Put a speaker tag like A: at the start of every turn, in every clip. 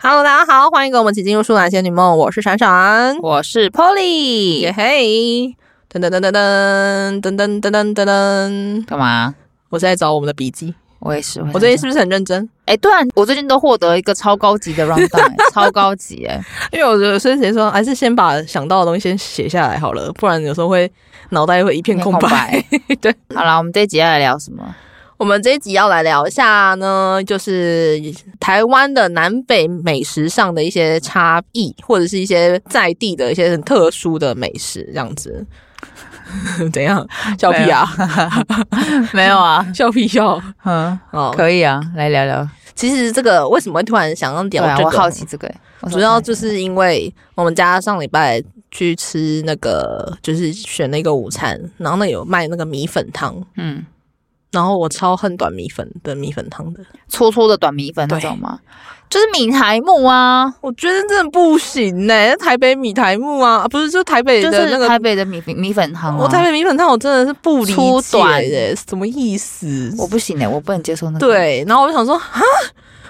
A: Hello，大家好，欢迎跟我们一起进入《舒兰仙女梦》，我是闪闪，
B: 我是 Polly，
A: 耶嘿，噔噔噔噔噔噔噔噔噔噔噔，
B: 干嘛？
A: 我是在找我们的笔记，
B: 我也是，
A: 我最近是不是很认真？
B: 哎、对啊，我最近都获得一个超 高级的 round down，欸超高级哎、
A: 因为我有时候谁说，还是先把想到的东西先写下来好了，不然有时候会脑袋会一片空白。对，
B: 好啦，我们这一集要来聊什么？
A: 我们这一集要来聊一下呢，就是台湾的南北美食上的一些差异，或者是一些在地的一些很特殊的美食，这样子。 怎样？笑屁啊！
B: 没有啊，
A: 笑屁笑
B: 嗯，
A: 哦！
B: 可以啊，来聊聊。
A: 其实这个为什么会突然想要
B: 对
A: 聊
B: 啊，
A: 这个？
B: 我好奇，这个、欸，我
A: 主要就是因为我们家上礼拜去吃那个，就是选了一个午餐，然后呢有卖那个米粉汤，
B: 嗯，
A: 然后我超恨短米粉的米粉汤的，
B: 粗粗的短米粉那
A: 对
B: 种吗？就是米苔木啊，
A: 我觉得真的不行呢、台北米苔木啊，啊不是就台北
B: 就
A: 的那
B: 是
A: 个。
B: 台北的米粉米粉汤、啊。
A: 我台北米粉汤，我真的是不理
B: 粗
A: 解
B: 短
A: 耶，什么意思？
B: 我不行哎、我不能接受那个。，
A: 对，然后我就想说，啊，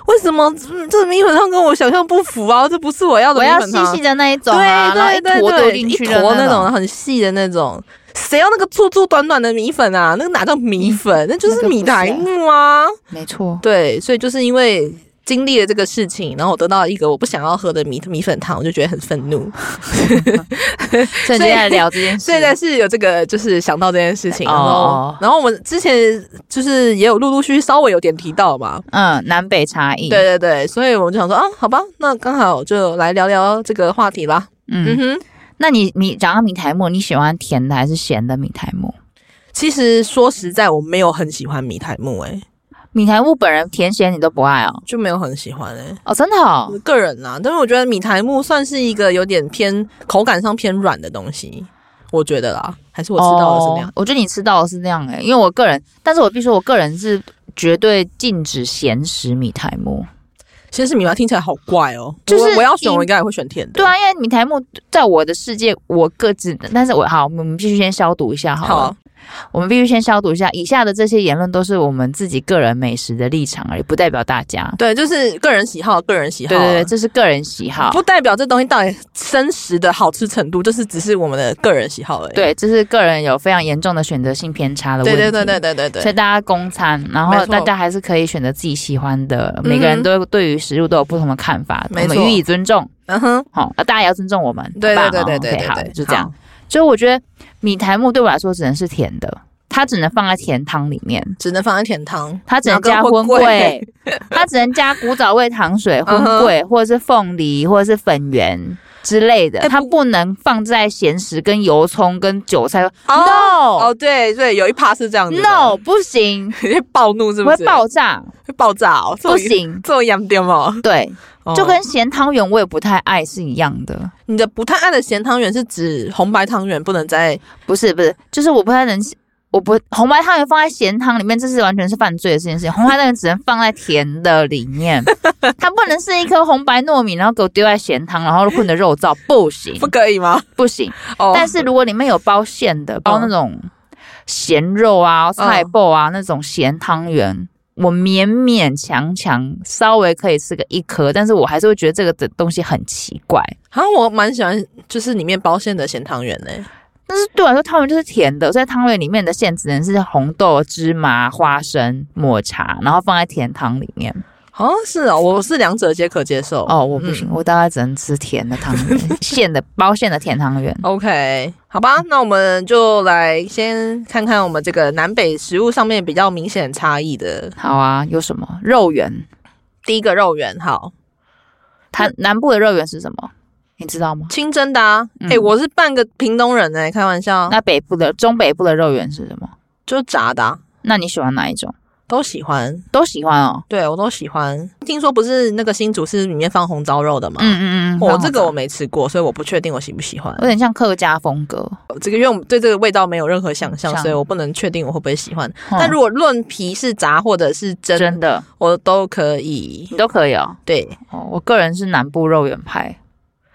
A: 为什么嗯这米粉汤跟我想象不符啊？这不是我要的
B: 我
A: 米
B: 要
A: 粉
B: 细
A: 汤。
B: 细的那一种啊，
A: 对对
B: 然后一坨
A: 对
B: 丢
A: 对，
B: 进去
A: 一
B: 的
A: 坨
B: 那
A: 种啊很细的那种，谁要那个粗粗短短的米粉啊？那个哪叫米 粉？那就是米苔木啊。
B: 没错。
A: 对，所以就是因为经历了这个事情，然后我得到一个我不想要喝的米米粉汤，我就觉得很愤怒。
B: 所以
A: 所以
B: 接下来聊这件 事。
A: 所以但是有这个就是想到这件事情，然后、
B: 哦
A: 然后我们之前就是也有陆陆续续稍微有点提到嘛，
B: 嗯，南北差异。
A: 对，对对，所以我们就想说啊，好吧，那刚好就来聊聊这个话题啦。嗯
B: 嗯，
A: 哼。
B: 那你米讲到米苔木，你喜欢甜的还是咸的米苔木？
A: 其实说实在，我没有很喜欢米苔木、欸，
B: 米苔木本人甜咸你都不爱哦？
A: 就没有很喜欢、欸，
B: 哦，真的哦
A: 我，个人啦、但是我觉得米苔木算是一个有点偏口感上偏软的东西，我觉得啦，还是我吃到的是那样。
B: 哦我觉得你吃到的是那样诶、欸因为我个人，但是我必须说，我个人是绝对禁止咸食米苔木。
A: 其实米苔听起来好怪哦，
B: 就是
A: 我我要选，
B: 因
A: 我应该也会选甜的。
B: 对啊，因为米苔木在我的世界，我各自，但是我好，我们必须先消毒一下好了。
A: 好啊，
B: 我们必须先消毒一下，以下的这些言论都是我们自己个人美食的立场而已，不代表大家。
A: 对，就是个人喜好，个人喜好。啊
B: 对对对，。这是个人喜好。
A: 不代表这东西到底真实的好吃程度，就是只是我们的个人喜好而已。
B: 对，这是个人有非常严重的选择性偏差的问
A: 对
B: 题。
A: 对对对对对
B: 所
A: 对，
B: 以大家公餐，然
A: 没
B: 后
A: 错嗯
B: 大家还是可以选择自己喜欢的。
A: 哼
B: 每个人都对于食物都有不同的看法，
A: 没
B: 我们
A: 错
B: 予以尊重。
A: 嗯哼，
B: 好、啊，大家也要尊重我们。
A: 对
B: 好
A: 对
B: 不
A: 对对
B: 好
A: 对
B: OK，
A: 对
B: 好
A: 对，
B: 就这样
A: 好。。
B: 所以我觉得米苔木对我来说只能是甜的，它只能放在甜汤里面，
A: 只能放在甜汤，
B: 它只能加荤 桂，它只能加古早味糖水、
A: 嗯哼
B: 荤桂，或者是凤梨，或者是粉圆之类的
A: 哎。
B: 它
A: 不
B: 不能放在咸食、跟油葱、跟韭菜。
A: 哦，
B: No
A: 对对，有一趴是这样子的
B: No，不行，
A: 会暴怒是不
B: 会
A: 是？
B: 爆炸，
A: 会爆炸哦，这种
B: 不行。
A: 这种洋点吗？
B: 对，
A: 哦
B: 就跟咸汤圆我也不太爱是一样的。
A: 你的不太爱的咸汤圆是指红白汤圆不能 再
B: 不是不是，就是我不太能，我不红白汤圆放在咸汤里面，这是完全是犯罪的这件事情。红白汤圆只能放在甜的 里面，它不能是一颗红白糯米，然后给我丢在咸汤，然后混的肉燥，不行
A: 不可以吗？
B: 不行。
A: 哦，
B: 但是如果里面有包馅的，包那种咸肉啊、菜脯啊那种咸汤圆。我勉勉强强稍微可以吃个一颗，但是我还是会觉得这个的东西很奇怪。
A: 好像我蛮喜欢，就是里面包馅的咸汤圆欸呢。
B: 但是对我来说，汤圆就是甜的，所以汤圆里面的馅只能是红豆、芝麻、花生、抹茶，然后放在甜汤里面。
A: 好像是哦，我是两者皆可接受。
B: 哦，我不行，
A: 嗯
B: 我大概只能吃甜的汤圆， 馅的包馅的甜汤圆。
A: OK，好吧，那我们就来先看看我们这个南北食物上面比较明显差异的
B: 好啊，有什么肉圆？
A: 第一个肉圆，好
B: 它南部的肉圆是什么？你知道吗？
A: 清蒸的啊，哎、
B: 嗯
A: 我是半个屏东人呢，开玩笑，
B: 那北部的中北部的肉圆是什么？
A: 就炸的啊、
B: 那你喜欢哪一种？
A: 都喜欢，
B: 都喜欢哦。
A: 对我都喜欢。听说不是那个新竹是里面放红烧肉的吗？
B: 嗯嗯嗯，
A: 我、
B: 蛮
A: 哦
B: 好
A: 这个
B: 吃
A: 我没吃过，所以我不确定我喜不喜欢。
B: 有点像客家风格。
A: 这个因为我们对这个味道没有任何想象，
B: 像
A: 所以我不能确定我会不会喜欢。
B: 嗯
A: 但如果论皮是炸或者是蒸，
B: 真的，
A: 我都可以。
B: 你都可以哦。
A: 对，
B: 哦，我个人是南部肉圆派。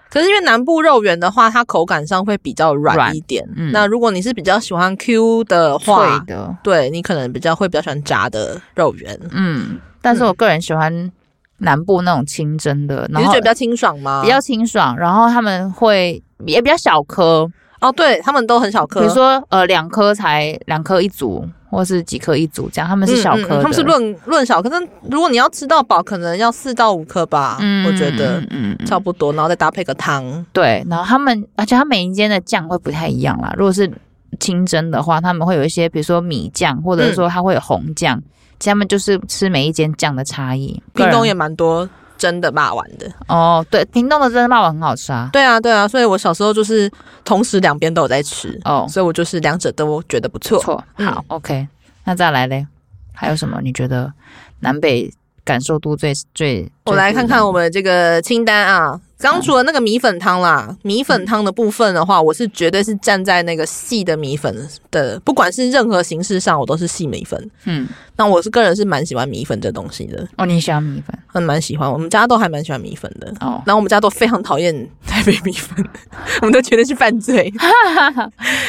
A: 可是因为南部肉圆的话，它口感上会比较软
B: 软
A: 一点。
B: 嗯
A: 那如果你是比较喜欢 Q 的话
B: 脆，的，
A: 对你可能比较会比较喜欢炸的肉圆。
B: 嗯嗯，但是我个人喜欢南部那种清蒸的，
A: 你
B: 然
A: 是
B: 后
A: 觉得比较清爽吗？
B: 比较清爽，然后他们会也比较小颗，
A: 哦，对他们都很小
B: 比
A: 颗，
B: 如说呃两颗才两颗一组，或是几颗一组这样，他们是小颗的、
A: 嗯他们是论论小颗，但如果你要吃到饱，可能要四到五颗吧，
B: 嗯，
A: 我觉得
B: 嗯嗯嗯
A: 差不多，然后再搭配个汤。
B: 对，然后他们，而且他每一间的酱会不太一样啦。如果是清蒸的话，他们会有一些，比如说米酱，或
A: 嗯
B: 者说它会有红酱，其实他们就是吃每一间酱的差异。
A: 屏东
B: 个
A: 也
B: 人
A: 蛮多蒸的霸丸的，
B: 哦，对，屏东的真的霸王很好吃啊。
A: 对啊对啊，所以我小时候就是同时两边都有在吃，
B: 哦，
A: 所以我就是两者都觉得不
B: 不
A: 错。
B: 错，
A: 嗯
B: 好、o k 那再来嘞，还有什么？你觉得南北感受度最最？
A: 我来看看我们这个清单啊。刚除了那个米粉汤啦，米粉汤的部分的话，我是绝对是站在那个细的米粉的，不管是任何形式上，我都是细米粉。
B: 最不一样，嗯，
A: 那我是个人是蛮喜欢米粉这东西的，
B: 哦，你喜欢米粉
A: 很蛮喜欢。我们家都还蛮喜欢米粉的，
B: 哦，
A: 然后我们家都非常讨厌台北米粉， 我们都觉得是犯 罪。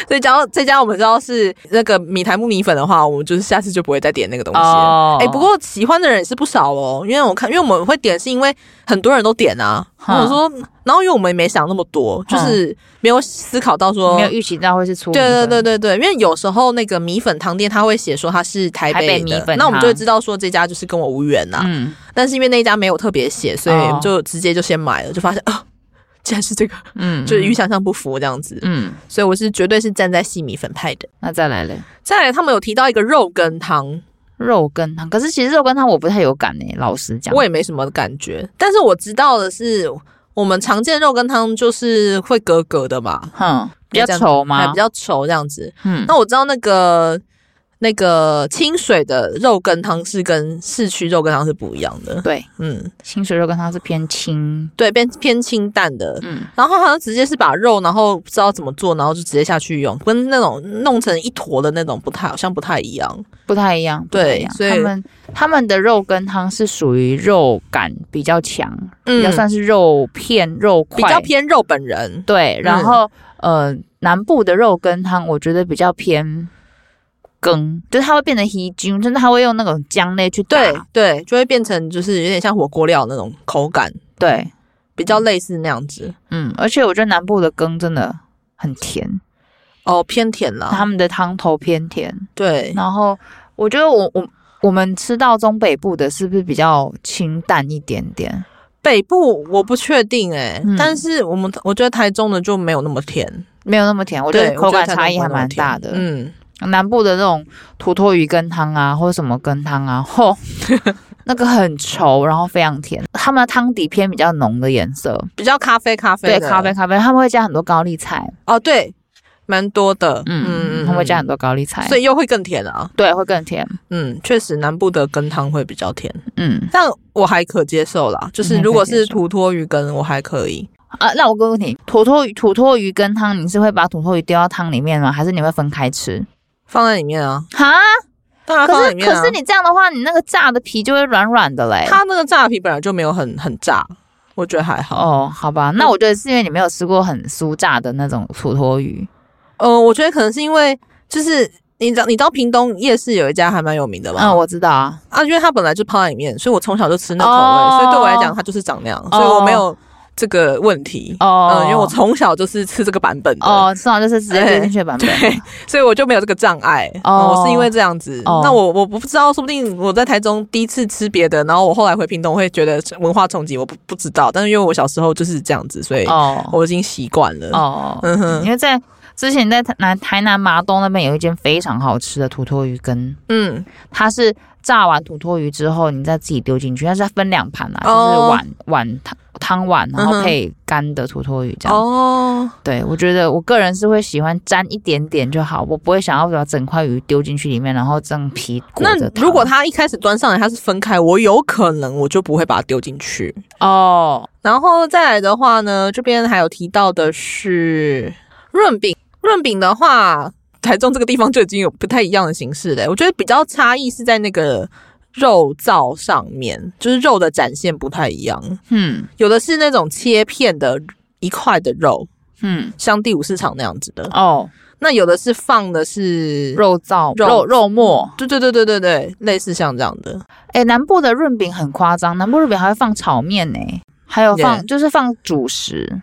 A: 所以，假如这家我们知道是那个米台木米粉的话，我们就是下次就不会再点那个东西了。
B: 哦
A: 哎、不过喜欢的人也是不少哦，因为我看，因为我们会点，是因为很多人都点啊。
B: 哼
A: 我说，然后因为我们也没想那么多，就是没有思考到说
B: 没，有预期到会是出
A: 对对
B: 米粉
A: 对对对，因为有时候那个米粉汤店他会写说他是台
B: 台
A: 北
B: 北
A: 的，
B: 米粉
A: 那我们
B: 汤
A: 就会知道说这家就是跟我无缘啊呐、
B: 嗯，
A: 但是因为那一家没有特别写，所以
B: 哦
A: 我们就直接就先买了，就发现啊， 竟然是这个，
B: 嗯，
A: 就是与想象不符这样子。
B: 嗯，
A: 所以我是绝对是站在细米粉派的。
B: 那再来嘞。
A: 再来，他们有提到一个肉羹汤，
B: 肉羹汤，可是其实肉羹汤我不太有感诶、老实讲，
A: 我也没什么感觉，但是我知道的是，我们常见肉羹汤就是会格格的嘛，
B: 哼比较
A: 这样
B: 稠
A: 还
B: 吗？
A: 比较稠这样子。
B: 嗯，
A: 那我知道那个那个清水的肉羹汤是跟市区肉羹汤是不一样的，
B: 对，
A: 嗯，
B: 清水肉羹汤是偏清，
A: 对，偏偏清淡的。
B: 嗯，
A: 然后好像直接是把肉，然后不知道怎么做，然后就直接下去用，跟那种弄成一坨的那种不太好像不太一样。
B: 不太一样，
A: 对
B: 不太一样
A: 所以
B: 他们他们的肉羹汤是属于肉感比较强，比较算是肉片肉
A: 嗯比
B: 块，
A: 较偏肉本人，
B: 对，然后、呃南部的肉羹汤我觉得比较偏。羹就是它会变成黑菌，真的它会用那种姜类去打
A: 对对，就会变成就是有点像火锅料那种口感，
B: 对，
A: 比较类似那样子。
B: 嗯，而且我觉得南部的羹真的很甜，
A: 哦，偏甜啦，
B: 他们的汤头偏甜，
A: 对，
B: 然后我觉得我我我们吃到中北部的是不是比较清淡一点点？
A: 北部我不确定哎、
B: 嗯
A: 但是我们我觉得台中的就没有那么甜，
B: 没有那么甜，我觉
A: 对
B: 得口感
A: 台中
B: 差异
A: 不会
B: 还
A: 那么
B: 蛮
A: 甜
B: 大的。
A: 嗯，
B: 南部的那种土托鱼羹汤啊， 或者什么羹汤啊， 吼，那个很稠，然后非常甜。他们的汤底偏比较浓的颜色，
A: 比较咖啡咖啡
B: 对，
A: 的
B: 咖啡咖啡，他们会加很多高丽菜，
A: 哦，对，蛮多的，
B: 嗯，他们会加很多高丽菜，
A: 所以又会更甜啊。
B: 对，会更甜，
A: 嗯，确实南部的羹汤会比较甜，
B: 嗯
A: 但我还可接受啦。就是
B: 你还可以
A: 如果是
B: 接受
A: 土托鱼羹，我还可以。
B: 啊。那我问个问题，土托鱼土托鱼羹汤，你是会把土托鱼丢到汤里面吗？还是你会分开吃？
A: 放在里面啊，
B: 哈，
A: 当然放在
B: 可是
A: 里面啊。
B: 可是你这样的话，你那个炸的皮就会软软的嘞。
A: 它那个炸皮本来就没有很很炸，我觉得还好。
B: 哦，好吧，那我觉得是因为你没有吃过很酥炸的那种土托鱼。
A: 呃，我觉得可能是因为就是你知道，你知道屏东夜市有一家还蛮有名的嘛，
B: 嗯，我知道啊。
A: 啊，因为它本来就泡在里面，所以我从小就吃那口味，
B: 哦
A: 所以对我来讲它就是长那样，所以我没有这个问题。嗯、
B: 哦，
A: 因为我从小就是吃这个版本的，
B: 哦，吃完就是直接丢进去的 版本。
A: 对，所以我就没有这个障碍。
B: 哦
A: 哦、我是因为这样子。
B: 哦
A: 那我我不知道，说不定我在台中第一次吃别的，然后我后来回屏东会觉得文化冲击，我不不知道。但是因为我小时候就是这样子，所以
B: 哦
A: 我已经习惯了。
B: 哦，
A: 嗯哼，
B: 因为在之前在台南台南麻东那边有一间非常好吃的土托鱼羹，
A: 嗯，
B: 它是炸完土托鱼之后，你再自己丢进去，但是它分两盘啊，就
A: 哦
B: 是碗碗汤汤碗，然
A: 嗯
B: 后
A: 哼
B: 配干的土托鱼这样。
A: 哦，
B: 对，我觉得我个人是会喜欢沾一点点就好，我不会想要把整块鱼丢进去里面，然后这样皮裹
A: 那
B: 着它。
A: 如果它一开始端上来它是分开，我有可能我就不会把它丢进去。
B: 哦，
A: 然后再来的话呢，这边还有提到的是润饼，润饼的话，台中这个地方就已经有不太一样的形式了。我觉得比较差异是在那个肉燥上面，就是肉的展现不太一样，
B: 嗯
A: 有的是那种切片的一块的肉，
B: 嗯，
A: 像第五市场那样子的，
B: 哦，
A: 那有的是放的是，
B: 肉燥、
A: 肉
B: 肉肉末。
A: 对对对对对对，类似像这样的，
B: 哎、南部的润饼很夸张，南部润饼还会放炒面呢、还有放
A: Yeah
B: 就是放主食。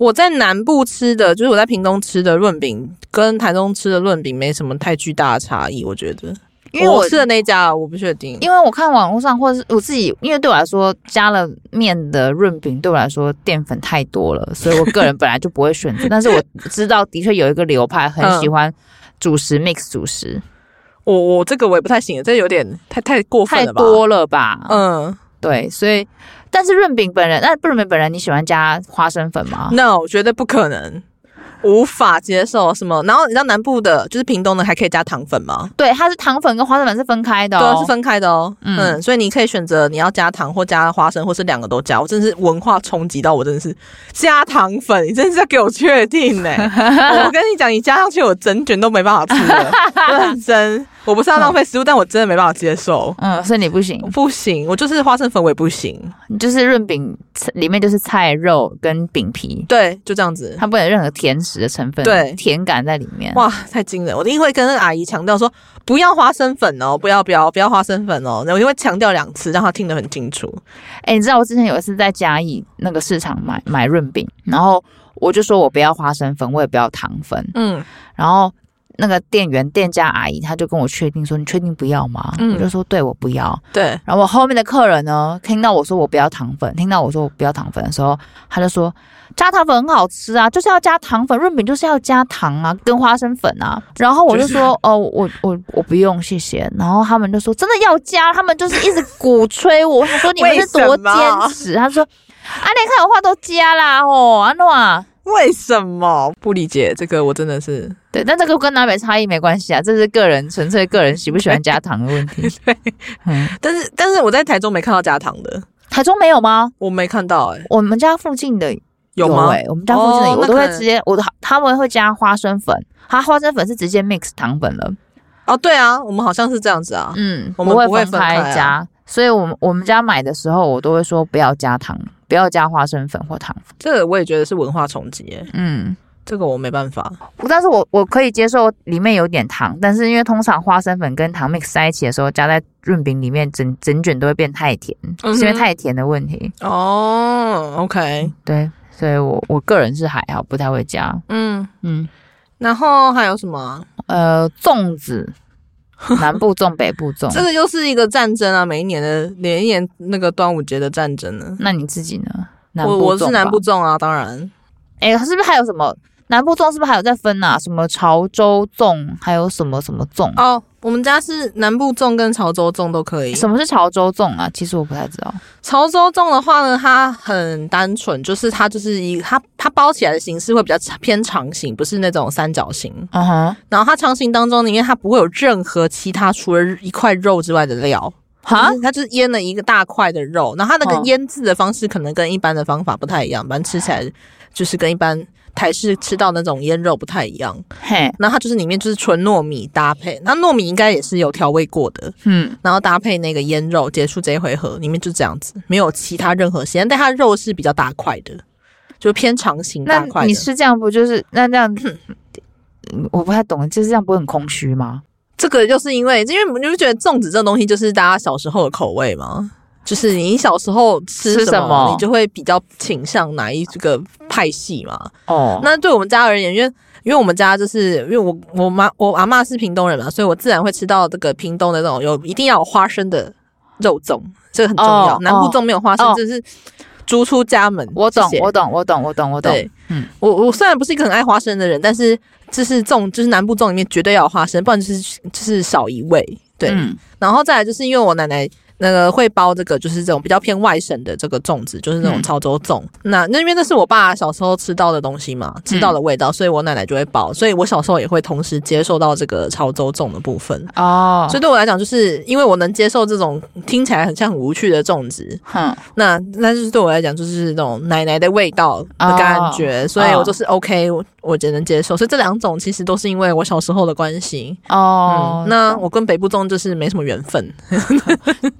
A: 我在南部吃的，就是我在屏东吃的润饼，跟台东吃的润饼没什么太巨大的差异，我觉得。
B: 因为
A: 我
B: 我
A: 吃的那一家，我不确定。
B: 因为我看网络上或者是我自己，因为对我来说加了面的润饼对我来说淀粉太多了，所以我个人本来就不会选 择。但是我知道的确有一个流派很
A: 嗯
B: 喜欢主食 mix 主食，
A: 我我这个我也不太行，这有点太太过分
B: 太
A: 了吧？
B: 多了吧？嗯，
A: 嗯
B: 对，所以但是润饼本人，那润饼本人你喜欢加花生粉吗？
A: ，no，绝对不可能，无法接受什么。然后你知道南部的，就是屏东的，还可以加糖粉吗？
B: 对，它是糖粉跟花生粉是分开的、
A: 对
B: 哦，
A: 啊，是分开的哦。
B: 嗯
A: 嗯所以你可以选择你要加糖或加花生，或是两个都加。我真的是文化冲击到我，真的是加糖粉，你真的是要给我确定 呢、我跟你讲，你加上去，我整卷都没办法吃了，认真。我不是要浪费食物，但我真的没办法接受，
B: 嗯，所以你不行
A: 我，不行，我就是花生粉，我也不行。
B: 你就是润饼里面就是菜肉跟饼皮，
A: 对，就这样子。
B: 它不能有任何甜食的成分，
A: 对
B: 甜感在里面。
A: 哇，太惊人！我一定会跟那个阿姨强调说，不要花生粉哦，不要不要不要花生粉哦。然后我就会强调两次，让她听得很清楚。
B: 哎、你知道我之前有一次在嘉义那个市场买买润饼，然后我就说我不要花生粉，我也不要糖粉，
A: 嗯，
B: 然后那个店员店家阿姨她就跟我确定说你确定不要吗？
A: 嗯
B: 我就说对我不要。
A: 对，
B: 然后我后面的客人呢，听到我说我不要糖粉，听到我说我不要糖粉的时候，他就说加糖粉很好吃啊，就是要加糖粉，润饼就是要加糖啊，跟花生粉 啊。然后我就说哦，我我我不用，谢谢。然后他们就说真的要加，他们就是一直鼓吹我，我想说你们是多
A: 为什么
B: 坚持。他说啊，你看我话都加啦哦，安诺啊。
A: 为什么不理解这个？我真的是
B: 对，但这个跟南北差异没关系啊，这是个人纯粹个人喜不喜欢加糖的 问题。嗯，
A: 但是但是我在台中没看到加糖的，
B: 台中没有吗？
A: 我没看到哎、
B: 我们家附近的
A: 吗？
B: 欸我们家附近的有，
A: 哦
B: 我都
A: 那
B: 会
A: 可能
B: 直接，我都他们会加花生粉，它花生粉是直接 mix 糖粉了，
A: 哦，对啊，我们好像是这样子啊。
B: 嗯，
A: 我们
B: 不
A: 不会
B: 分
A: 分开啊
B: 加，所以我们我们家买的时候，我都会说不要加糖，不要加花生粉或糖粉，
A: 这个我也觉得是文化冲击哎，
B: 嗯。
A: 这个我没办法。
B: 但是我我可以接受里面有点糖，但是因为通常花生粉跟糖 mix 在一起的时候，加在润饼里面，整整卷都会变太甜，
A: 嗯哼
B: 是因为太甜的问题。
A: 哦，OK，
B: 对，所以我我个人是还好，不太会加。
A: 嗯，
B: 嗯，
A: 然后还有什么啊？
B: 呃，粽子，南部粽，北部粽，
A: 这个又是一个战争啊，每一年的每一年那个端午节的战争呢。
B: 那你自己呢？南部
A: 我我是
B: 粽
A: 南
B: 吧
A: 部，粽啊，当然
B: 哎、是不是还有什么南部粽？是不是还有在分呐、什么潮州粽，还有什么什么粽？
A: 哦。我们家是南部粽跟潮州粽都可以。
B: 什么是潮州粽啊？其实我不太知道。
A: 潮州粽的话呢，它很单纯，就是它就是一它它包起来的形式会比较偏长形，不是那种三角形。
B: 嗯哼，
A: 然后它长形当中，里面它不会有任何其他除了一块肉之外的料，
B: 哈
A: 就，是它就是腌了一个大块的肉。然后它那
B: 啊嗯
A: 个腌制的方式可能跟一般的方法不太一样，反正吃起来就是跟一般台式吃到那种腌肉不太一样。
B: 嘿，
A: 然后它就是里面就是纯糯米搭配，那糯米应该也是有调味过的，
B: 嗯，
A: 然后搭配那个腌肉，结束这一回合，里面就这样子，没有其他任何咸，但它肉是比较大块的，就偏长型
B: 那
A: 大块
B: 你
A: 的。
B: 是这样不就是那这样？嗯我不太懂，就是这样不会很空虚吗？
A: 这个就是因为，因为你不觉得粽子这东西就是大家小时候的口味吗？就是你小时候吃
B: 吃
A: 什么，
B: 什么
A: 你就会比较倾向哪一个派系嘛。
B: 哦，
A: 那对我们家而言，因为因为我们家就是因为我我妈我阿嬷是屏东人嘛，所以我自然会吃到这个屏东的那种有一定要有花生的肉粽，这个很重要。
B: 哦
A: 南部粽没有花生，
B: 哦
A: 这是逐出家门。
B: 我懂
A: 谢，谢
B: 我懂，我懂，我懂，我懂。
A: 对，
B: 嗯
A: 嗯，我我虽然不是一个很爱花生的人，但是就是粽，就是南部粽里面绝对要有花生，不然就是就是少一味。对，
B: 嗯
A: 然后再来就是因为我奶奶那个会包这个，就是这种比较偏外省的这个粽子，就是那种
B: 嗯
A: 潮州粽。那那因为那是我爸小时候吃到的东西嘛，吃
B: 嗯
A: 到的味道，所以我奶奶就会包，所以我小时候也会同时接受到这个潮州粽的部分。
B: 哦，
A: 所以对我来讲，就是因为我能接受这种听起来很像很无趣的粽子，
B: 哼，
A: 那那就是对我来讲就是那种奶奶的味道的感觉，所以我就是 OK，、我我只能接受。所以这两种其实都是因为我小时候的关系。
B: 哦，
A: 嗯，那我跟北部粽就是没什么缘分。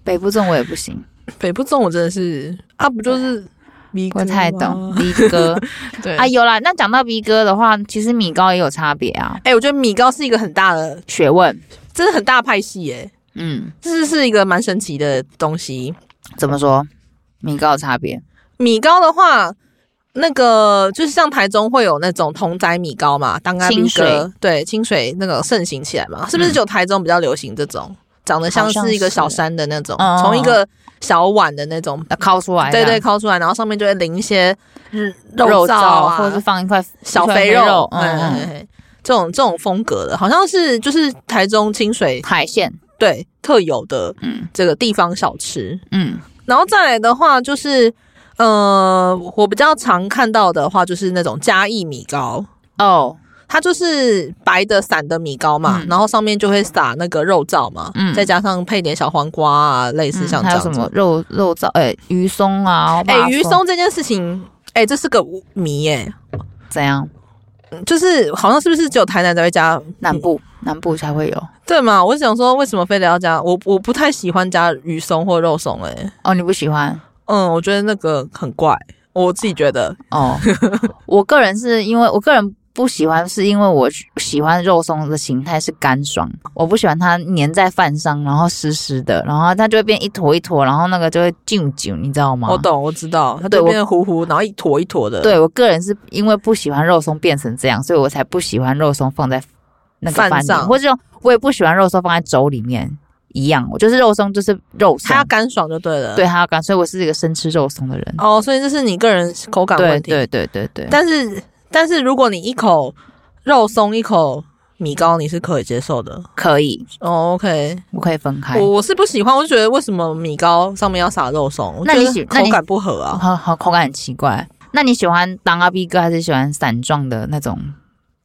B: 北部粽我也不行。
A: 北部粽我真的是啊，不就是米
B: 不
A: 哥
B: 太懂
A: 吗。
B: B 哥
A: 对，
B: 啊，
A: 哎、
B: 有啦。那讲到 B 哥的话，其实米糕也有差别啊，
A: 哎我觉得米糕是一个很大的，
B: 学问。
A: 真的很大派系耶、
B: 嗯，
A: 这是是一个蛮神奇的东西。
B: 怎么说？米糕有差别，
A: 米糕的话，那个就是像台中会有那种同仔米糕嘛，当干米
B: 清水嗯
A: 哥，对，清水那个盛行起来嘛，是不是只有台中比较流行这种？长得像
B: 好像
A: 是一个
B: 是
A: 小山的那种
B: 嗯，
A: 从一个小碗的那种，
B: 呃烤出来的
A: 对对，烤出来，然后上面就会淋一些
B: 肉
A: 燥啊，
B: 或者是放一块
A: 小
B: 肥
A: 肥肉，
B: 嗯
A: 嗯，
B: 嗯
A: 嗯嗯这种这种风格的，好像是就是台中清水
B: 海鲜，
A: 对特有的
B: 嗯
A: 这个地方小吃。
B: 嗯，
A: 然后再来的话就是，呃，我比较常看到的话就是那种嘉义米糕，
B: 哦，
A: 它就是白的散的米糕嘛，
B: 嗯
A: 然后上面就会撒那个肉燥嘛，
B: 嗯
A: 再加上配点小黄瓜啊，类似
B: 嗯
A: 像这
B: 还有
A: 样
B: 什
A: 子。
B: 么肉肉燥，哎，鱼松啊，
A: 哎、
B: 马
A: 鱼松这件事情，哎、这是个谜耶、
B: 怎样？
A: 就是好像是不是只有台南才会加
B: 南部南部才会有
A: 对嘛？我想说，为什么非得要加？我我不太喜欢加鱼松或肉松、欸，
B: 哦，你不喜欢？
A: 嗯，我觉得那个很怪，我自己觉得，
B: 哦，我个人是因为我个人不喜欢，是因为我喜欢肉松的形态是干爽，我不喜欢它粘在饭上，然后湿湿的，然后它就会变一坨一坨，然后那个就会啾啾，你知道吗？
A: 我懂，我知道，它
B: 对
A: 就
B: 我
A: 变得糊糊，然后一坨一坨的，
B: 对我个人是因为不喜欢肉松变成这样，所以我才不喜欢肉松放在那个
A: 饭
B: 饭里
A: 上
B: 或者我也不喜欢肉松放在粥里面一样。我就是肉松就是肉松
A: 它，要干爽就对了。
B: 对，它要干，所以我是一个生吃肉松的人。
A: 哦，所以这是你个人口感
B: 对
A: 问题。
B: 对对对对，
A: 但是但是如果你一口肉松一口米糕，你是可以接受的。
B: 可以，
A: 哦，OK，
B: 我可以分开。
A: 我我是不喜欢，我就觉得为什么米糕上面要撒肉松？我
B: 那
A: 觉
B: 你
A: 得
B: 喜那
A: 口
B: 你
A: 感不合啊？
B: 好好口感很奇怪。那你喜欢当阿 B 哥，还是喜欢散状的那种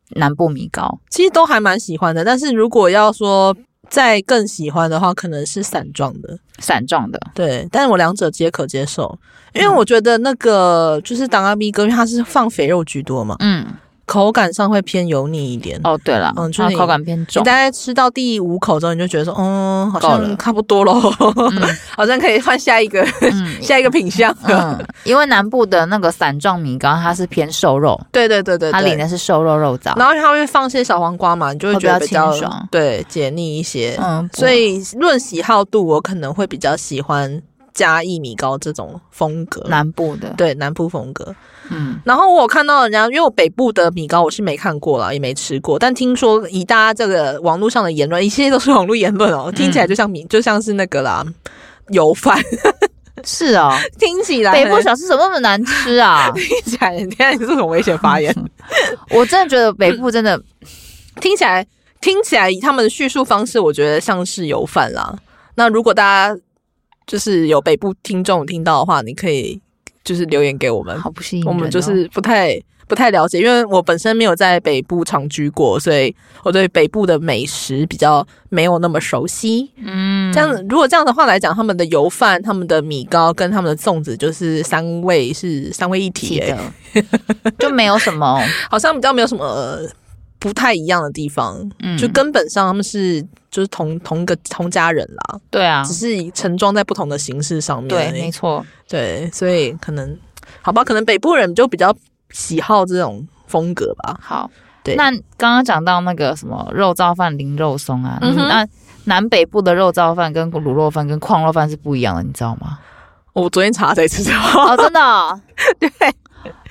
B: 南部米糕？
A: 其实都还蛮喜欢的，但是如果要说再更喜欢的话，可能是散状的。
B: 散状的，
A: 对，但是我两者皆可接受，因
B: 嗯
A: 为我觉得那个就是当阿 B 哥，因为它是放肥肉居多嘛，
B: 嗯，
A: 口感上会偏油腻一点。
B: 哦，对了，
A: 嗯就是
B: 它
A: 你
B: 口感偏
A: 你
B: 重
A: 大，概吃到第五口之后，你就觉得说，嗯，好
B: 够了
A: 像差不多咯，
B: 嗯
A: 好像可以换下一个
B: 嗯
A: 下一个品相了。
B: 嗯，因为南部的那个散状米糕，它是偏瘦肉，
A: 对对对对
B: 它里
A: 对。
B: 面是瘦肉肉燥，
A: 然后它会放些小黄瓜嘛，你就会
B: 会比
A: 觉得
B: 较
A: 比较
B: 清爽
A: 对解腻一些。
B: 嗯，
A: 所以论喜好度，我可能会比较喜欢加薏米糕这种风格
B: 不。南部的，
A: 对南部风格，
B: 嗯，
A: 然后我有看到人家，因为我北部的米糕我是没看过啦，也没吃过，但听说以大家这个网络上的言论，一切都是网络言论哦，听起来就像米， 就像是那个啦，油饭，
B: 是哦，
A: 听起来
B: 北部小吃怎么那么难吃啊？
A: 听起来，你看你这种危险发 言，
B: 我真的觉得北部真的，
A: 听起来听起来以他们的叙述方式，我觉得像是油饭啦。那如果大家就是有北部听众听到的话，你可以就是留言给我们，
B: 好不吸引
A: 我
B: 人哦，
A: 们就是不太不太了解，因为我本身没有在北部长居过，所以我对北部的美食比较没有那么熟悉。
B: 嗯
A: 这样，如果这样的话来讲，他们的油饭、他们的米糕跟他们的粽子，就是三位是三位一体、
B: 提
A: 欸，
B: 的， 就没有什 么，哦
A: 好像比较没有什么呃不太一样的地方，
B: 嗯，
A: 就根本上他们是就是同同一个同家人啦，
B: 对啊
A: 只，是盛装在不同的形式上面而
B: 对，
A: 已。
B: 没错。
A: 对，所以可能好吧，可能北部人就比较喜好这种风格吧。
B: 好，
A: 对
B: 那刚刚讲到那个什么肉燥饭淋肉松啊，
A: 嗯哼
B: 那南北部的肉燥饭跟卤肉饭跟矿肉饭是不一样的，你知道吗？
A: 我昨天查才知道，
B: 哦，真的、 对，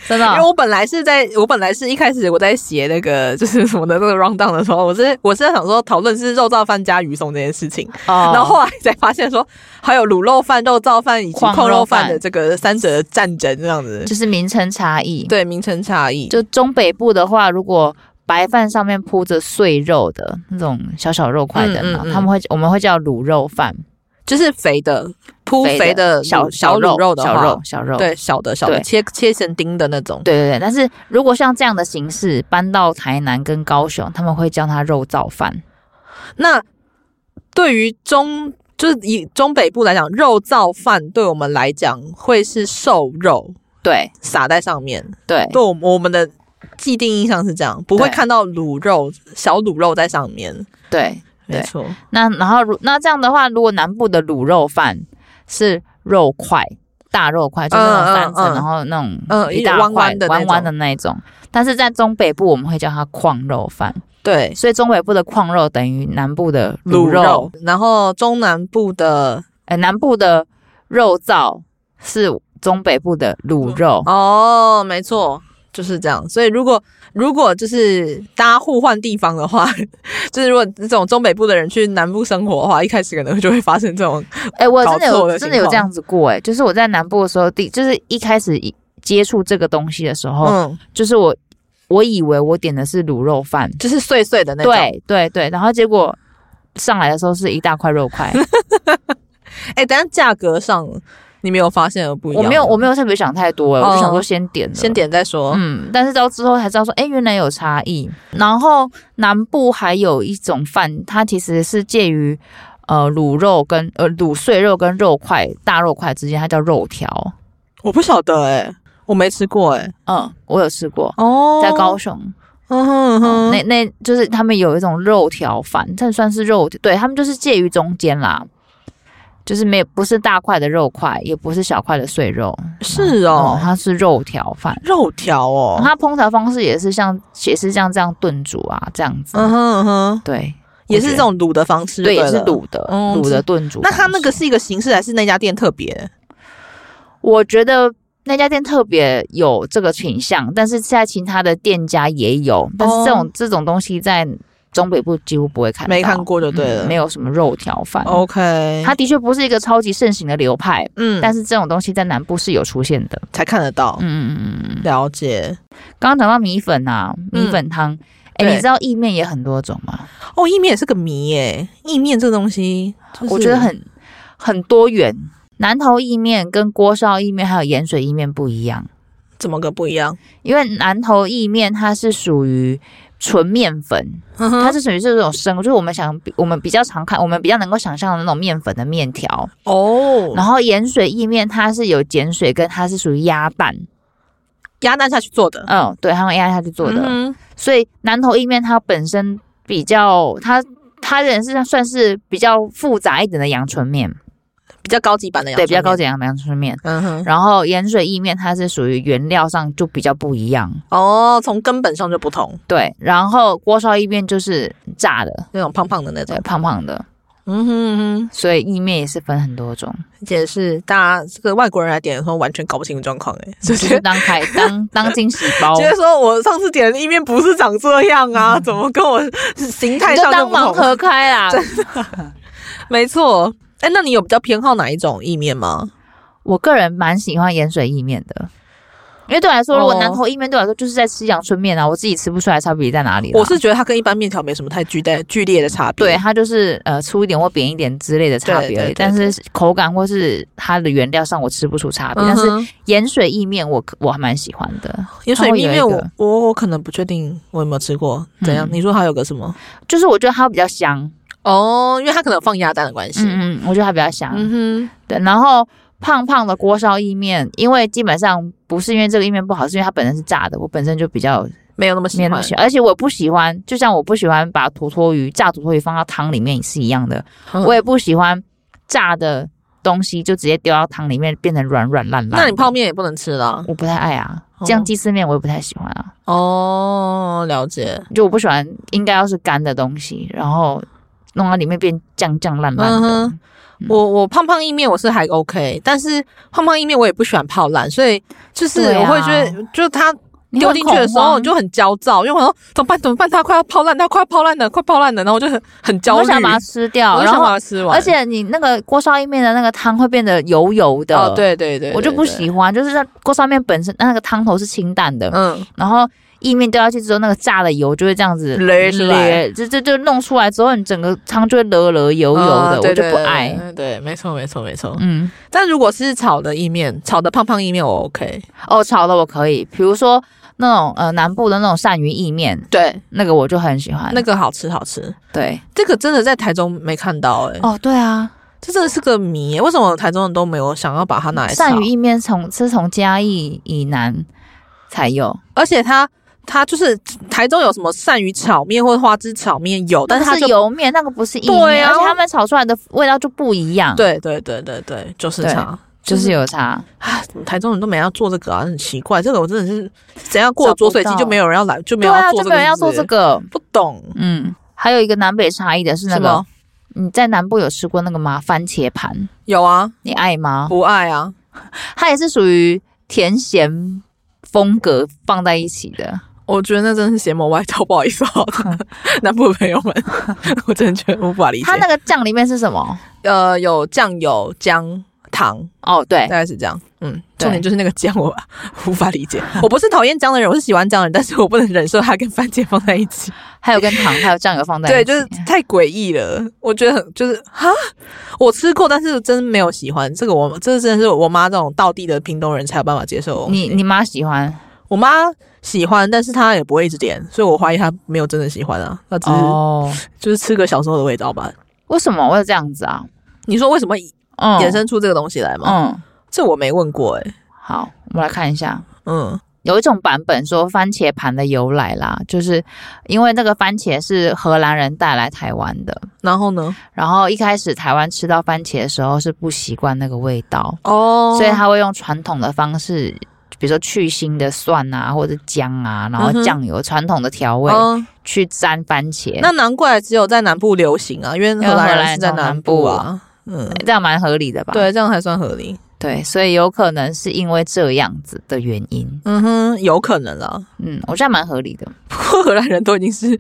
B: 真的
A: 因为
B: 哦、
A: 我本来是在，我本来是一开始我在写那个就是什么的那个 round down 的时候，我是我是在想说讨论是肉燥饭加鱼松这件事情，
B: 哦
A: 然后后来才发现说还有卤肉饭、肉燥饭以及
B: 矿
A: 矿
B: 肉
A: 肉
B: 饭
A: 饭的这个三者的战争这样子，
B: 就是名称差异。，
A: 对名称差异。
B: 就中北部的话，如果白饭上面铺着碎肉的那种小小肉块的嘛，
A: 嗯嗯嗯
B: 他们会我们会叫卤肉饭，
A: 就是肥的铺肥的
B: 小
A: 卤小
B: 肉
A: 卤肉的
B: 小
A: 话
B: 肉，小肉。
A: 对小的小的
B: 对
A: 切切成丁的那种。
B: 对对对，但是如果像这样的形式搬到台南跟高雄，他们会叫它肉燥饭。
A: 那对于中就是以中北部来讲，肉燥饭对我们来讲会是瘦肉
B: 对
A: 撒在上面，
B: 对，
A: 对我们我们的既定印象是这样，不会
B: 对
A: 看到卤肉小卤肉在上面。
B: 对，对
A: 没错，
B: 那然后如那这样的话，如果南部的卤肉饭是肉块，大肉块，就是那种三
A: 嗯
B: 层，
A: 嗯嗯
B: 然后那种
A: 嗯
B: 一大
A: 一弯
B: 块
A: 弯的那
B: 弯
A: 种
B: 弯的那一种。但是在中北部，我们会叫它矿肉饭，
A: 对，
B: 所以中北部的矿肉等于南部的卤
A: 卤
B: 肉，
A: 肉，然后中南部的
B: 哎、南部的肉燥是中北部的卤肉。
A: 哦，没错，就是这样。所以如果如果就是大家互换地方的话， 就是如果这种中北部的人去南部生活的话，一开始可能就会发生这种
B: 哎、我真的
A: 搞错
B: 有
A: 的
B: 真
A: 情
B: 的有
A: 况
B: 这样子过、哎，就是我在南部的时候，第就是一开始一接触这个东西的时候，
A: 嗯，
B: 就是我我以为我点的是卤肉饭，
A: 就是碎碎的那种。，
B: 对对对，然后结果上来的时候是一大块肉块，
A: 哎，等一下价格上你没有发现 有不一
B: 我
A: 样？
B: 没有我没有特别想太多、哎我就想说
A: 哦
B: 先点了
A: 先。点再说。
B: 嗯，但是到之后才知道说，哎、原来有差异。然后南部还有一种饭，它其实是介于呃卤肉跟呃卤碎肉跟肉块大肉块之间，它叫肉条。
A: 我不晓得哎、我没吃过哎、
B: 嗯，我有吃过，
A: 哦
B: 在高，雄，
A: 嗯哼哼，
B: 那那就是他们有一种肉条饭，但算是肉，对他们就是介于中间啦，就是没有不是大块的肉块，也不是小块的碎肉，
A: 是
B: 哦
A: 哦，，
B: 它是肉条饭。
A: 肉条哦，
B: 它烹调方式也是像，也是像这样炖煮啊，这样子。
A: 嗯哼嗯哼，
B: 对，
A: 也是这种卤的方式
B: 对，也
A: 了
B: 是卤的，
A: 嗯
B: 卤的炖煮。
A: 那它那个，是一个形式，还是那家店特别？
B: 我觉得那家店特别有这个倾向，但是现在其他的店家也有，但是这种、
A: 哦
B: 这种东西在中北部几乎不会看到，
A: 没看过就对了
B: 嗯没有什么肉条饭。
A: ？OK，
B: 它的确不是一个超级盛行的流派，
A: 嗯，哦
B: 但是这种东西在南部是有出现的。
A: 才看得到，
B: 嗯嗯嗯嗯嗯。
A: 了解。
B: 刚刚讲到米粉啊，米粉汤，哎、
A: 嗯对
B: 你知道意面也很多种吗？
A: 哦，意面也是个谜耶，意面这个东西，就是
B: 我觉得很很多元。南投意面跟锅烧意面还有盐水意面不一样，
A: 怎么个不一样？
B: 因为南投意面它是属于纯面粉，
A: 嗯
B: 它
A: 哼，
B: 是属于这种生，就是我们想我们比较常看，我们比较能够想象的那种面粉的面条。
A: 哦，
B: 然后盐水意面它是有碱水，跟它是属于鸭蛋，
A: 鸭蛋下去做的，
B: 嗯，对，它们压下去做的。
A: 嗯哼
B: 所以南投意面它本身比较，它它也是算是比较复杂一点的阳春面，
A: 比较高级版的洋，
B: 对，比较高。级的阳春面。
A: 嗯哼，
B: 然后盐水意面它是属于原料上就比较不一样，
A: 哦，从根本上就不同，
B: 对。然后锅烧意面就是炸的，
A: 那种胖胖的那种
B: 对，。胖胖的，
A: 嗯哼嗯哼。
B: 所以意面也是分很多 种，
A: 也是大家这个外国人来点的时候完全搞不清楚状况 哎，就
B: 就是是当开当当惊喜包，
A: 觉得说我上次点的意面不是长这样啊，怎么跟我形态
B: 你就
A: 上
B: 当
A: 就不
B: 盲
A: 同？
B: 盒开 啦。
A: 没错，哎，那你有比较偏好哪一种意面吗？
B: 我个人蛮喜欢盐水意面的。因为对我来说，
A: 哦
B: 如果南投意面对我来说就是在吃阳春面啊，我自己吃不出来差别在哪里啦。
A: 我是觉得它跟一般面条没什么太巨大剧烈的差别。
B: 对它就是呃粗一点或扁一点之类的差别而已，
A: 对对对
B: 但是口感或是它的原料上我吃不出差别。
A: 嗯
B: 但是
A: 哼，
B: 盐水意面我可我还蛮喜欢的，
A: 盐水意
B: 它会
A: 面
B: 有一
A: 我
B: 个
A: 我我可能不确定我有没有吃过，怎样？
B: 嗯
A: 你说它有个什么？
B: 就是我觉得它比较香，
A: 哦，因为它可能有放鸭蛋的关系。
B: 嗯嗯，我觉得它比较香。
A: 嗯
B: 对，然后胖胖的锅烧意面，因为基本上不是因为这个意面不好，是因为它本身是炸的，我本身就比较
A: 哼，没有那么喜
B: 没有那
A: 欢
B: 么。喜欢，而且我不喜欢，就像我不喜欢把土托鱼炸土托鱼放到汤里面也是一样的，
A: 嗯
B: 我也不喜欢炸的东西就直接丢到汤里面变成软软烂烂。
A: 那你泡面也不能吃了。
B: 我不太爱啊，
A: 哦
B: 像鸡丝面我也不太喜欢啊，
A: 哦，了解。
B: 就我不喜欢应该要是干的东西，然后弄到里面变酱酱烂烂
A: 嗯
B: 的。
A: 哼，我我胖胖意面我是还 OK，但是胖胖意面我也不喜欢泡烂，所以就是
B: 对啊
A: 我会觉得，就它
B: 你
A: 丢
B: 很
A: 进去的时候
B: 恐
A: 我
B: 慌
A: 就很焦躁，因为我说怎么办怎么办，它快要泡烂，它快要泡烂了，快泡烂了，然后我就很很焦
B: 我
A: 虑，
B: 想把它吃掉，
A: 我就
B: 然
A: 想把
B: 后
A: 它吃完，
B: 而且你那个锅烧意面的那个汤会变得油油的，
A: 哦，对对对，
B: 我就
A: 对
B: 不，
A: 对
B: 喜欢，就是那锅烧面本身那个汤头是清淡的，
A: 嗯，
B: 然后意面丢下去之后，那个炸的油就会这样子
A: 勒出来
B: 勒，就就就弄出来之后，你整个汤就会勒勒油油
A: 嗯
B: 的，我
A: 对
B: 就
A: 对
B: 不
A: 对
B: 爱。
A: 对，对没错没错没错。
B: 嗯，
A: 但如果是炒的意面，炒的胖胖意面我 OK，
B: 哦，炒的我可以，比如说那种呃南部的那种鳝鱼意面，
A: 对，
B: 那个我就很喜欢。
A: 那个好吃好吃，
B: 对，
A: 这个真的在台中没看到哎，
B: 哦，对啊，
A: 这真的是个谜耶，为什么台中人都没有想要把它拿来炒？
B: 鳝鱼意面从是从嘉义以南才有，
A: 而且它它就是台中有什么鳝鱼炒面或者花枝炒面有，但
B: 那
A: 是它
B: 个
A: 就是
B: 油面，那个不是意面，
A: 对啊
B: 而且他们炒出来的味道就不一样。
A: 对对对对对，就是
B: 对
A: 差。
B: 就是有差。
A: 啊，怎么台中人都没人要做这个啊，很奇怪。这个我真的是怎样过了浊水
B: 找
A: 溪
B: 不到
A: 就没有人要来，就没
B: 对
A: 有人
B: 啊，
A: 要做
B: 就
A: 这
B: 没
A: 个，
B: 有人要
A: 是
B: 做
A: 不
B: 这
A: 是，
B: 个。
A: 不懂
B: 嗯，还有一个南北差异的是那
A: 什
B: 个
A: 么，？
B: 你在南部有吃过那个吗？番茄盘，
A: 有啊，
B: 你爱吗？
A: 不爱啊，
B: 它也是属于甜咸风格放在一起的。
A: 我觉得那真是邪魔歪道，不好意思 啊， 南部的朋友们，我真的觉得无法理解
B: 它。那个酱里面是什么？
A: 呃，有酱油、姜、糖，
B: 哦，对
A: 大，概是这样。嗯，
B: 对
A: 重点就是那个姜，我无法理 解。我不是讨厌姜的人，我是喜欢姜的人，但是我不能忍受它跟番茄放在一 起。
B: 还有跟糖，还有酱油放在
A: 对，
B: 一起
A: 就是太诡异了。我觉得很就是哈，我吃过，但是真没有喜欢这个我。这真的是我妈这种道地的屏东人才有办法接受哦。
B: 你你妈喜欢
A: 我妈喜欢，但是她也不会一直点，所以我怀疑她没有真的喜欢啊。她只是、
B: 哦？
A: 就是吃个小时候的味道吧。
B: 为什么会这样子啊？
A: 你说为什么
B: 嗯，
A: 衍生出这个东西来吗？
B: 嗯，
A: 这我没问过哎、
B: 好，我们来看一下。
A: 嗯，
B: 有一种版本说番茄盘的由来啦，就是因为那个番茄是荷兰人带来台湾的，
A: 然后呢？
B: 然后一开始台湾吃到番茄的时候是不习惯那个味道，
A: 哦
B: 所以他会用传统的方式，比如说去腥的蒜啊或者姜啊，然
A: 嗯
B: 后
A: 哼
B: 酱油传统的调味
A: 嗯，
B: 去沾番茄，
A: 那难怪只有在南部流行啊，因为荷兰人是在南部啊。嗯，
B: 这样蛮合理的吧？
A: 对，这样还算合理。
B: 对，所以有可能是因为这样子的原因，
A: 嗯哼，有可能啦。
B: 嗯，我觉得蛮合理的。
A: 不过荷兰人都已经是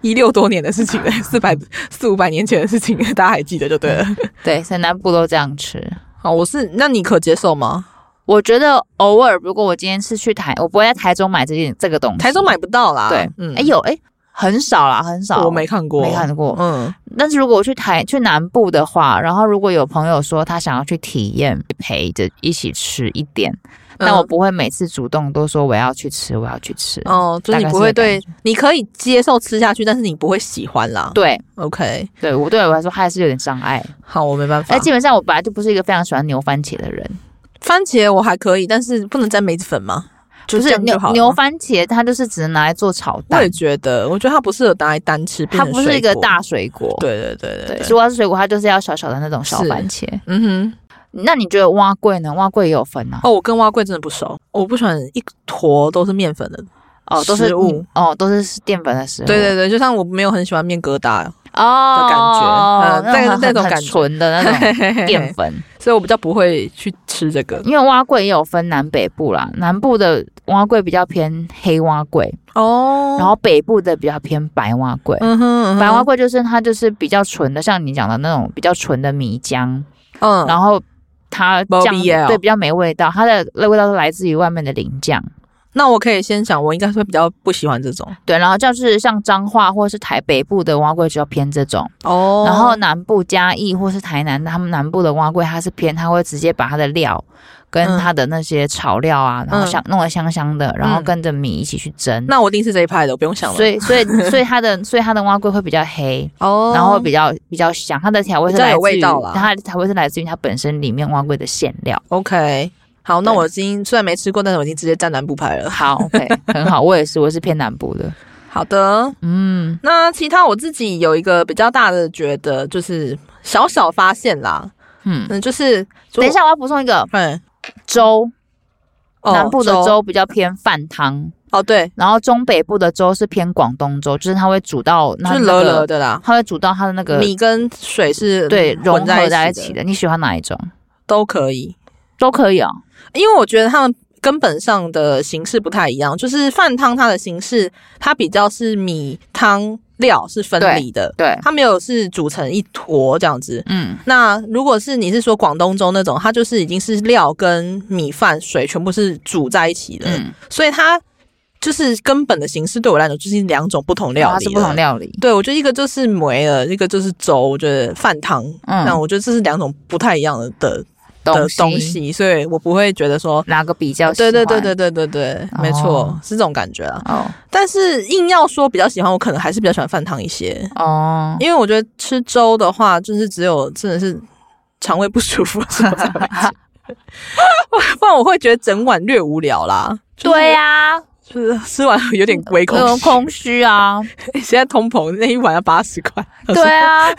A: 一六多年的事 情了，四百四五百年前的事情，大家还记得就对了。
B: 对，所以南部都这样吃。
A: 好，我是那你可接受吗？
B: 我觉得偶尔，如果我今天是去台，我不会在台中买这件这个东西。
A: 台中买不到啦。
B: 对，
A: 嗯
B: 哎、有哎、很少啦，很少。
A: 我没看过，
B: 没看过。
A: 嗯，
B: 但是如果我去台去南部的话，然后如果有朋友说他想要去体验，陪着一起吃一点，
A: 嗯
B: 但我不会每次主动都说我要去吃，我要去吃。
A: 嗯哦，就是你不会对，你可以接受吃下去，但是你不会喜欢啦。
B: 对
A: ，OK，
B: 对，我对我来说他还是有点障碍。
A: 好，我没办法。
B: 哎，基本上我本来就不是一个非常喜欢牛番茄的人，
A: 番茄我还可以，但是不能沾梅子粉吗？就
B: 不
A: 这
B: 是
A: 样
B: 牛
A: 就好了
B: 牛番茄，它就是只能拿来做炒
A: 我
B: 蛋
A: 也，觉得，我觉得它不适合拿来单吃，变
B: 它
A: 成
B: 不是一个
A: 水果。
B: 大水果。
A: 对对对对
B: 对，
A: 对，
B: 如果它是水果，它就是要小小的那种小
A: 是
B: 番茄。
A: 嗯哼。
B: 那你觉得蛙桂呢？蛙桂也有分啊？
A: 哦，我跟蛙桂真的不熟，我不喜欢一坨都是面粉的
B: 哦，都是
A: 食物
B: 哦，都是淀粉的食物。
A: 对对对，就像我没有很喜欢面疙瘩，
B: 哦
A: 的感觉嗯
B: 那
A: 但是
B: 很
A: 那种
B: 很
A: 感觉
B: 纯 的那种 淀粉。
A: 所以我比较不会去吃这个。
B: 因为蛙桂也有分南北部啦，南部的蛙桂比较偏黑蛙桂，
A: 哦
B: 然后北部的比较偏白蛙桂。
A: 嗯哼，嗯哼
B: 白蛙桂就是它就是比较纯的，像你讲的那种比较纯的米浆，
A: 嗯，
B: 然后它
A: 没
B: 酱
A: 味道
B: 对比较没味道，它的味道是来自于外面的淋酱。
A: 那我可以先讲，我应该会比较不喜欢这种
B: 对，然后就是像彰化或是台北部的蛙桂就要偏这种，
A: 哦
B: 然后南部嘉义或是台南，他们南部的蛙桂它是偏，它会直接把它的料跟
A: 嗯
B: 它的那些炒料啊，然后香弄得香香的，然后
A: 嗯
B: 跟着米一起去蒸。
A: 那我一定是这一派的，我不用想了。
B: 嗯所以，所以， 所以它的，所以它的蛙桂会比较黑，
A: 哦
B: 然后会比较比较香，它的调味是
A: 比较
B: 来
A: 有
B: 自
A: 味
B: 于
A: 道啦
B: 它的调味是来自于它本身里面蛙桂的馅料。
A: OK，好，那
B: 对
A: 我已经虽然没吃过，但是我已经直接站南部派了。
B: 好，OK，很好，我也是，我是偏南部的，
A: 好的，
B: 嗯，
A: 那其他我自己有一个比较大的觉得就是小小发现啦，
B: 嗯
A: 嗯，就是
B: 等一，下，我要补充一个
A: 嗯，
B: 粥，
A: 哦
B: 南部的粥比较偏饭汤，
A: 哦，对，
B: 然后中北部的粥是偏广东粥，就是它会煮到
A: 就
B: 那
A: 是
B: 那
A: 了
B: 个
A: 了的啦，
B: 它会煮到它的那个
A: 米跟水是
B: 对融
A: 混
B: 合
A: 在
B: 在一
A: 一起
B: 起
A: 的，
B: 的。你喜欢哪一种？
A: 都可以，
B: 都可以哦。
A: 因为我觉得他们。根本上的形式不太一样，就是饭汤它的形式，它比较是米汤料是分离的，
B: 对，
A: 它没有是煮成一坨这样子。
B: 嗯，
A: 那如果是你是说广东粥那种，它就是已经是料跟米饭水全部是煮在一起的，
B: 嗯，
A: 所以它就是根本的形式对我来讲就是两种不同料理，
B: 啊它是不同。料理。
A: 对，我觉得一个就是梅了，一个就是粥，我觉得饭汤。
B: 嗯
A: 那我觉得这是两种不太一样的的
B: 东
A: 的
B: 西
A: 东西，所以我不会觉得说，
B: 哪个比较喜
A: 对
B: 欢？
A: 对对对对对对，没错
B: 哦，
A: 是这种感觉啊。
B: 哦
A: 但是硬要说比较喜欢，我可能还是比较喜欢饭汤一些。
B: 哦，
A: 因为我觉得吃粥的话，就是只有真的是肠胃不舒服的时候才会吃， 不然我会觉得整碗略无聊啦。就是
B: 对、呀，嗯
A: 就是 吃完有点微空
B: 有
A: 虚。
B: 空虚啊，
A: 现在通膨那一碗要八十块，
B: 对啊，嗯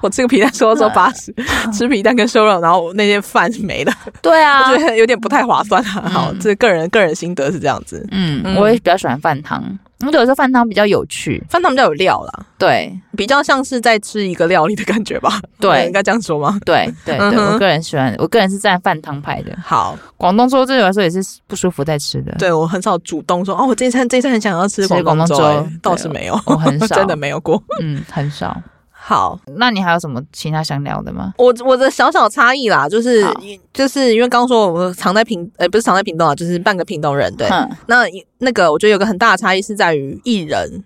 A: 我吃个皮蛋瘦肉粥八十，吃皮蛋跟瘦肉，然后那些饭是没了，
B: 对啊
A: 我，觉得有点不太划算啊。好，
B: 嗯
A: 这个人个人心得是这样子。
B: 嗯，
A: 嗯
B: 我也比较喜欢饭汤，我觉得饭汤比较有趣，
A: 饭他们家有料啦，
B: 对
A: 比较像是在吃一个料理的感觉吧？
B: 对
A: 应该这样说吗？
B: 对对
A: 嗯
B: 对，
A: 哼
B: 我个人喜欢，我个人是站饭汤派的。
A: 好，
B: 广东粥对我来说也是不舒服在吃的，
A: 对我很少主动说哦，我这一餐这一餐很想要吃
B: 吃
A: 广
B: 广
A: 东
B: 东
A: 粥欸
B: 粥，
A: 倒
B: 对
A: 是没有，
B: 我很少
A: 真的没有过。
B: 嗯，很少。
A: 好，
B: 那你还有什么其他想聊的吗？
A: 我我的小小差异啦，就是
B: 好
A: 就是因为刚说我藏在屏，呃，不是藏在屏东啊，就是半个屏东人。对，
B: 哼
A: 那那个我觉得有个很大的差异是在于艺人，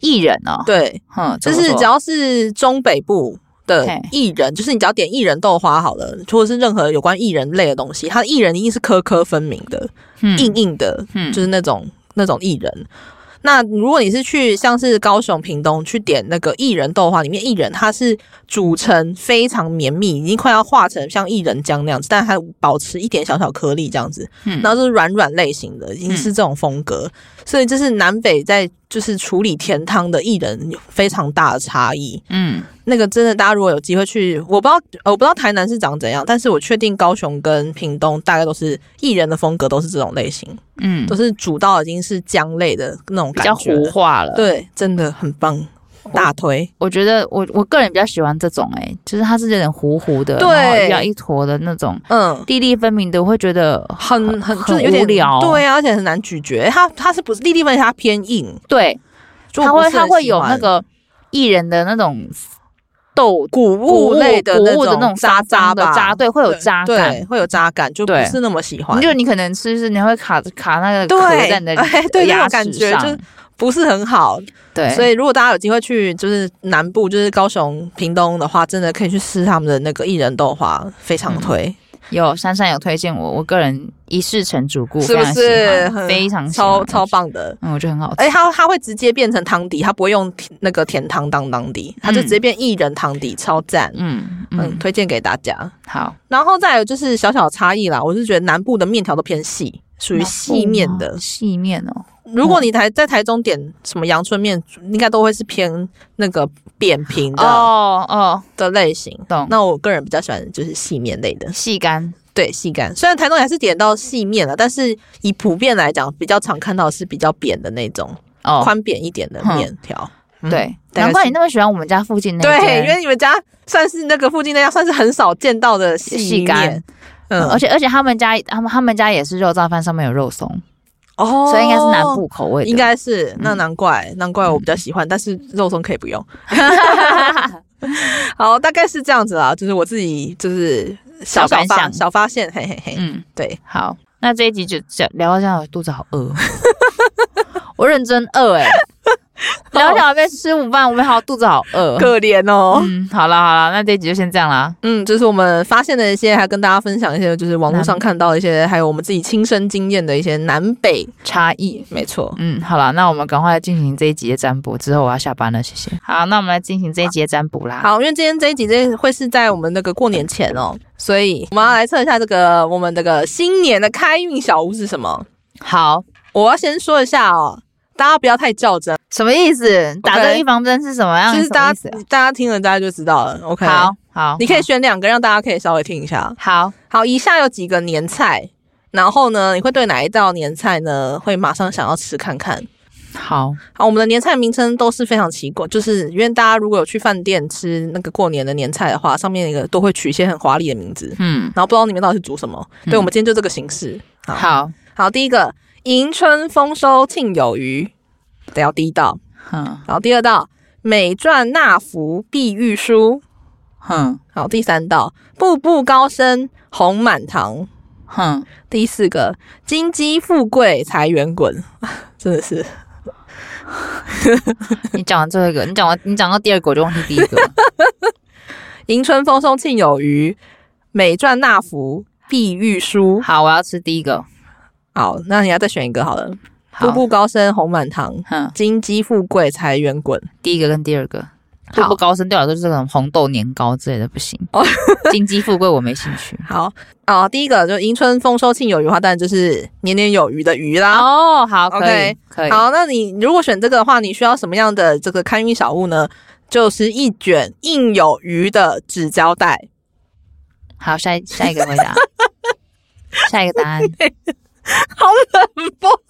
B: 艺人哦，，
A: 对，
B: 哼，
A: 就
B: 怎么
A: 是
B: 说
A: 只要是中北部。的
B: 嘿
A: 艺人，就是你只要点艺人豆花好了，或者是任何有关艺人类的东西，它的艺人一定是颗颗分明的，
B: 嗯
A: 硬硬的，
B: 嗯
A: 就是那种那种艺人。那如果你是去像是高雄、屏东去点那个艺人豆花，里面艺人它是煮成非常绵密，已经快要化成像艺人浆那样子，但它保持一点小小颗粒这样子，
B: 嗯
A: 然后就是软软类型的，已经是这种风格。所以这是南北在就是处理甜汤的艺人有非常大的差异。
B: 嗯
A: 那个真的，大家如果有机会去，我不知道，呃我不知道台南是长怎样，但是我确定高雄跟屏东大概都是艺人的风格，都是这种类型。
B: 嗯
A: 都，是煮到已经是姜类的那种
B: 比
A: 感
B: 较
A: 觉，
B: 糊哦化了。，
A: 对，真的很棒，大推。
B: 我觉得我我个人比较喜欢这种、欸，就是它是有点糊糊的，
A: 对
B: 然后比较一坨的那种，
A: 嗯，
B: 粒粒分明的，我会觉得
A: 很很
B: 很
A: 就是有点
B: 无聊
A: 对啊，而且很难咀嚼。它它是不是粒粒分它偏硬，
B: 对，
A: 就
B: 它
A: 我不
B: 会
A: 是很
B: 它会有
A: 喜欢
B: 那个艺人的那种豆
A: 谷物类的
B: 谷物的那种
A: 渣渣
B: 脏的
A: 吧，
B: 渣，对，会有渣
A: 对
B: 感。
A: 对，会有渣感，就不
B: 对
A: 是那么喜欢，
B: 就你可能吃是你会卡卡那个
A: 对
B: 壳在你的
A: 哎对那种
B: 牙齿
A: 感觉
B: 上
A: 就是不是很好。
B: 对，
A: 所以如果大家有机会去就是南部，就是高雄、屏东的话，真的可以去试他们的那个薏仁豆花，非常
B: 嗯
A: 推。
B: 有珊珊有推荐我，我个人一试成主顾，
A: 是不是
B: 非常喜欢
A: 很
B: 非常喜
A: 超
B: 欢
A: 超，哎棒的。
B: 嗯，我觉得很好吃。
A: 而且它它会直接变成汤底，它不会用甜那个甜汤当当底，它就直接变薏仁汤底，超赞。
B: 嗯
A: 嗯，
B: 嗯，
A: 推荐给大家。
B: 好，
A: 然后再有就是小小差异啦，我是觉得南部的面条都偏细，属于细面的。
B: 细面哦，
A: 如果你台在台中点什么阳春面，应该都会是偏那个扁平的、
B: 哦哦，
A: 的类型。
B: 懂
A: 那我个人比较喜欢就是细面类的，
B: 细干，
A: 对细干。虽然台中也还是点到细面了，但是以普遍来讲，比较常看到的是比较扁的那种。
B: 哦，
A: 宽扁一点的面条。嗯
B: 对，
A: 大概
B: 难怪
A: 是
B: 你那么喜欢我们家附近那
A: 对，
B: 间
A: 因为你们家算是那个附近那家算是很少见到的细
B: 细
A: 面
B: 干，，
A: 嗯，
B: 而且而且他们家他们他们家也是肉燥饭，上面有肉松，
A: 哦
B: 所以应该是南，部口味的，
A: 应该是那难怪难怪我比较喜欢，但是肉松可以不 用。好，大概是这样子啦，就是我自己就是小
B: 小
A: 小
B: 感
A: 发
B: 想
A: 小发现，嘿嘿嘿，
B: 嗯，
A: 对，
B: 好，那这一集就这样聊到这样，我肚子好 饿，我认真饿哎、聊聊被吃午饭，我们好肚子好饿。
A: 可怜哦，
B: 嗯，好了好了，那这一集就先这样啦。
A: 嗯，就是我们发现的一些，还跟大家分享一些，就是网络上看到的一些，还有我们自己亲身经验的一些南北，
B: 差异，
A: 没错，
B: 嗯，好了，那我们赶快进行这一集的占卜，之后我要下班了，谢谢。好，那我们来进行这一集的占卜啦。
A: 好，因为今天这一集这会是在我们那个过年前哦，所以我们要来测一下这个我们这个新年的开运小屋是什么。
B: 好，
A: 我要先说一下哦，大家不要太较真，
B: 什么意思？打这个预防针是啊什么样？
A: 就是大
B: 什
A: 家
B: 么意
A: 大家听了大家就知道了。OK，
B: 思，好好，
A: 你可以选两个让大家可以稍微听一下。
B: 好，
A: 好，以下有几个年菜，然后呢，你会对哪一道年菜呢会马上想要吃看看？
B: 好，
A: 好，我们的年菜名称都是非常奇怪，就是因为大家如果有去饭店吃那个过年的年菜的话，上面那个都会取一些很华丽的名字。
B: 嗯，
A: 然后不知道你们到底是煮什么。
B: 嗯
A: 对，我们今天就这个形式。好，
B: 好，
A: 好第一个迎春丰收庆有余，得要第一道。
B: 哼
A: 好，第二道美馔纳福碧玉酥。
B: 哼
A: 好，第三道步步高升红满堂。
B: 哼，
A: 第四个金鸡富贵财源滚， 真的是
B: 你讲完最后一个，你讲完你讲到第二个我就忘记第一个了。
A: 迎春丰收庆有余，美馔纳福碧玉酥。
B: 好，我要吃第一个。
A: 好，那你要再选一个好了。
B: 好
A: 步步高升红满堂，
B: 哼，
A: 金鸡富贵财源滚。
B: 第一个跟第二个。
A: 好
B: 步步高升对我来说就是那种红豆年糕之类的，不行
A: 哦。
B: 金鸡富贵我没兴 趣。
A: 好啊、第一个就迎春丰收庆有余的话，当然就是年年有余的余啦。
B: 哦，好，可以
A: OK，
B: 可以。
A: 好，那你如果选这个的话，你需要什么样的这个开运小物呢？就是一卷印有鱼的纸胶带。
B: 好，下一下一个回 答，下一个答案，
A: 好冷漠，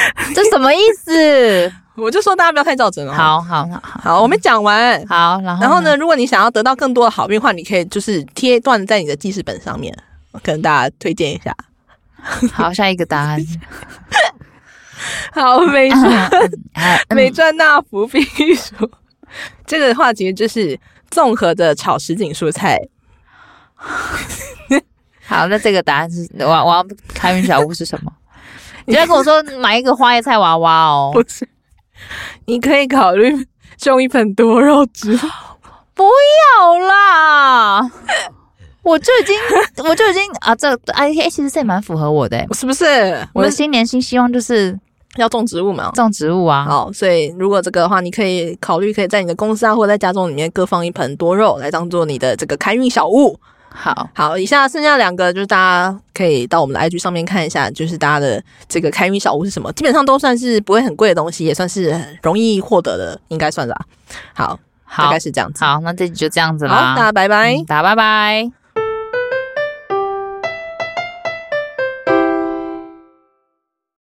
B: 这什么意 思？
A: 我就说大家不要太较真了。，
B: 好嗯好好好
A: 哦好，我们讲完。
B: 好，然后
A: 然后呢，？如果你想要得到更多的好运的话，你可以就是贴一段在你的记事本上面，我跟大家推荐一下。
B: 好，下一个答 案。
A: 好，美
B: 啊 嗯
A: 美赚大福必说，这个的话其实就是综合的炒什锦蔬菜。
B: 好，那这个答案是我我要开运小屋是 什么？你不要跟我说买一个花椰菜娃娃哦，
A: 不是，你可以考虑种一盆多肉植物。
B: 好啦，我就已经 我就已经啊，这哎、哎，其实这也蛮符合我的、哎
A: 是不是？我
B: 我的
A: 们
B: 新年新希望就是
A: 要种植物嘛。
B: 种植物啊，
A: 好，所以如果这个的话，你可以考虑可以在你的公司啊，或者在家中里面各放一盆多肉，来当做你的这个开运小物。
B: 好，
A: 好，以下剩下两个就是大家可以到我们的 IG 上面看一下，就是大家的这个开运小物是什么，基本上都算是不会很贵的东西，也算是很容易获得的，应该算吧。好，大
B: 好
A: 概，是这样子。
B: 好，那这集就这样子
A: 好，大
B: 啦，
A: 家拜拜。
B: 嗯大家拜拜。